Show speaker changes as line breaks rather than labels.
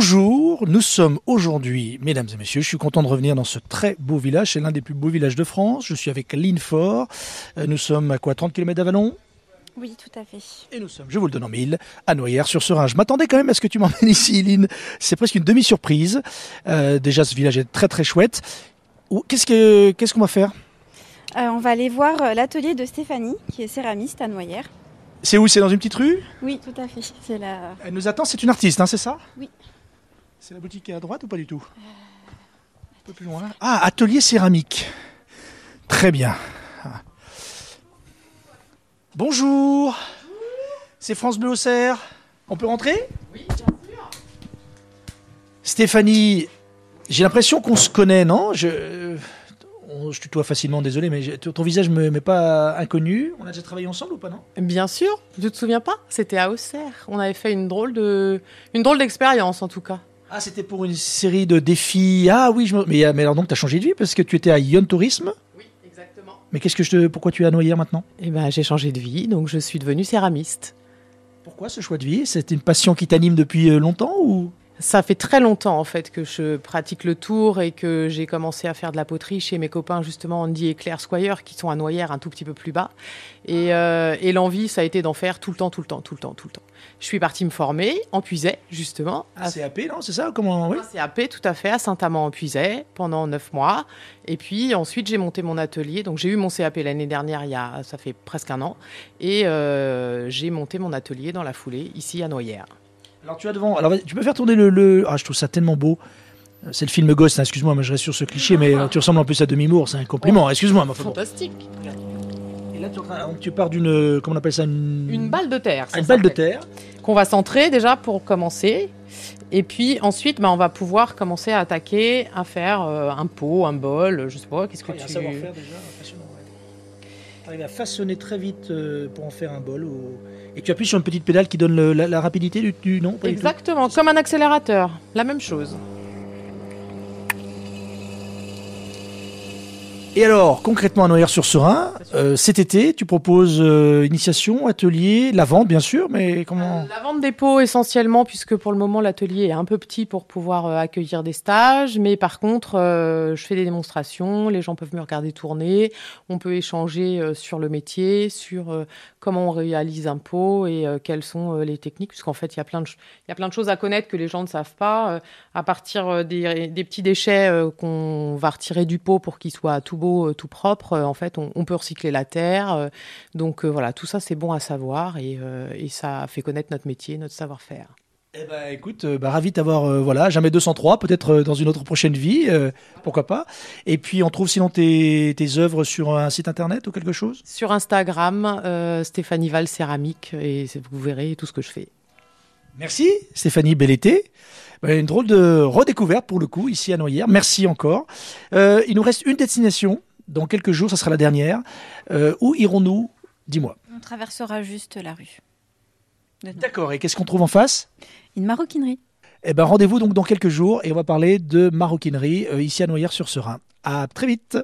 Bonjour, nous sommes aujourd'hui, mesdames et messieurs, je suis content de revenir dans ce très beau village, c'est l'un des plus beaux villages de France, je suis avec Lynn Fort, Euh, nous sommes à quoi 30 km d'Avalon
Oui, tout à fait.
et nous sommes, je vous le donne en mille, à Noyères sur Serein. Je m'attendais quand même à ce que tu m'emmènes ici, Lynn. C'est presque une demi-surprise. Euh, déjà, ce village est très très chouette. Où- Qu'est-ce que- qu'est-ce qu'on va faire
Euh, on va aller voir euh, l'atelier de Stéphanie, qui est céramiste à Noyères.
C'est où C'est dans une petite rue
Oui, tout à fait. C'est la...
Elle nous attend, c'est une artiste, hein, c'est ça
Oui.
C'est la boutique qui est à droite ou pas du tout Un peu plus loin. Ah, atelier céramique. Très bien. Ah. Bonjour. C'est France Bleu Auxerre. On peut rentrer Oui, bien sûr. Stéphanie, j'ai l'impression qu'on se connaît, non Je euh, on- je tutoie facilement, désolé, mais j'ai- ton ton visage me m'est pas inconnu. On a déjà travaillé ensemble ou pas, non
Bien sûr, tu te souviens pas C'était à Auxerre. On avait fait une drôle de, une drôle d'expérience en tout cas.
Ah, c'était pour une série de défis. Ah oui, je me... mais, euh, mais alors donc, tu as changé de vie parce que tu étais à Yon Tourisme.
Oui, exactement.
Mais qu'est-ce que je te... pourquoi tu es à Noyères maintenant
Eh ben, j'ai changé de vie, donc je suis devenue céramiste.
Pourquoi ce choix de vie C'est une passion qui t'anime depuis euh, longtemps ou
Ça fait très longtemps en fait que je pratique le tour et que j'ai commencé à faire de la poterie chez mes copains justement Andy et Claire Squire qui sont à Noyères un tout petit peu plus bas. Et, euh, et l'envie ça a été d'en faire tout le temps, tout le temps, tout le temps, tout le temps. Je suis partie me former en puiset justement à
Ah, CAP, non C'est ça Comment oui.
Un CAP tout à fait à Saint-Amand-en-Puisaye pendant neuf mois. Et puis ensuite, j'ai monté mon atelier. Donc j'ai eu mon CAP l'année dernière, il y a, ça fait presque un an. Et euh, j'ai monté mon atelier dans la foulée, ici à Noyères.
Alors tu as devant. Alors vas-y, tu peux faire tourner le, le- Ah, je trouve ça tellement beau. Euh, C'est le film Ghost. hein, excuse-moi, mais je reste sur ce cliché. Mais euh, tu ressembles en plus à demi moore C'est un compliment. hein, Excuse-moi, mais enfin bon.
Fantastique
Et là, tu, es en train- donc, tu pars d'une. euh, Comment on appelle ça Une,
Une balle de terre. ça
Une balle de
s'appelle.
terre.
Qu'on va centrer déjà pour commencer. Et puis ensuite, bah, on va pouvoir commencer à attaquer, à faire euh, un pot, un bol, je sais pas, qu'est-ce que
Il y a un
tu...
savoir-faire déjà impressionnant. ouais. T'arrives à façonner très vite euh, pour en faire un bol. ou- Et tu appuies sur une petite pédale qui donne le- la, la rapidité du, du- non pas du tout.
Exactement, comme un accélérateur, la même chose.
Et alors, concrètement à Noyères-sur-Serein, euh, cet été, tu proposes euh, initiation, atelier, la vente bien sûr, mais comment
Euh, La vente des pots essentiellement, puisque pour le moment l'atelier est un peu petit pour pouvoir euh, accueillir des stages, mais par contre euh, je fais des démonstrations, les gens peuvent me regarder tourner, on peut échanger euh, sur le métier, sur euh, comment on réalise un pot et euh, quelles sont euh, les techniques, puisqu'en fait il y, a plein de ch- il y a plein de choses à connaître que les gens ne savent pas, euh, à partir euh, des, des petits déchets euh, qu'on va retirer du pot pour qu'il soit tout beau, euh, tout propre, euh, en fait on, on peut recycler la terre, euh, donc euh, voilà, tout ça c'est bon à savoir et, euh, et ça fait connaître notre métier, notre savoir-faire.
Eh ben écoute, euh, bah, ravi de t'avoir, euh, voilà, jamais 203, peut-être euh, dans une autre prochaine vie, euh, pourquoi pas. Et puis on trouve sinon tes, tes œuvres sur un site internet ou quelque chose
Sur Instagram, euh, Stéphanie Val Céramique et c'est- vous verrez tout ce que je fais.
Merci Stéphanie Belleté. Ben, Une drôle de redécouverte pour le coup ici à Noyères. Merci encore. Euh, il nous reste une destination. Dans quelques jours, ça sera la dernière. Euh, où irons-nous Dis-moi.
On traversera juste la rue. Dedans.
D'accord. Et qu'est-ce qu'on trouve en face
Une maroquinerie.
Eh ben, rendez-vous donc dans quelques jours et on va parler de maroquinerie euh, ici à Noyères-sur-Serein. À très vite.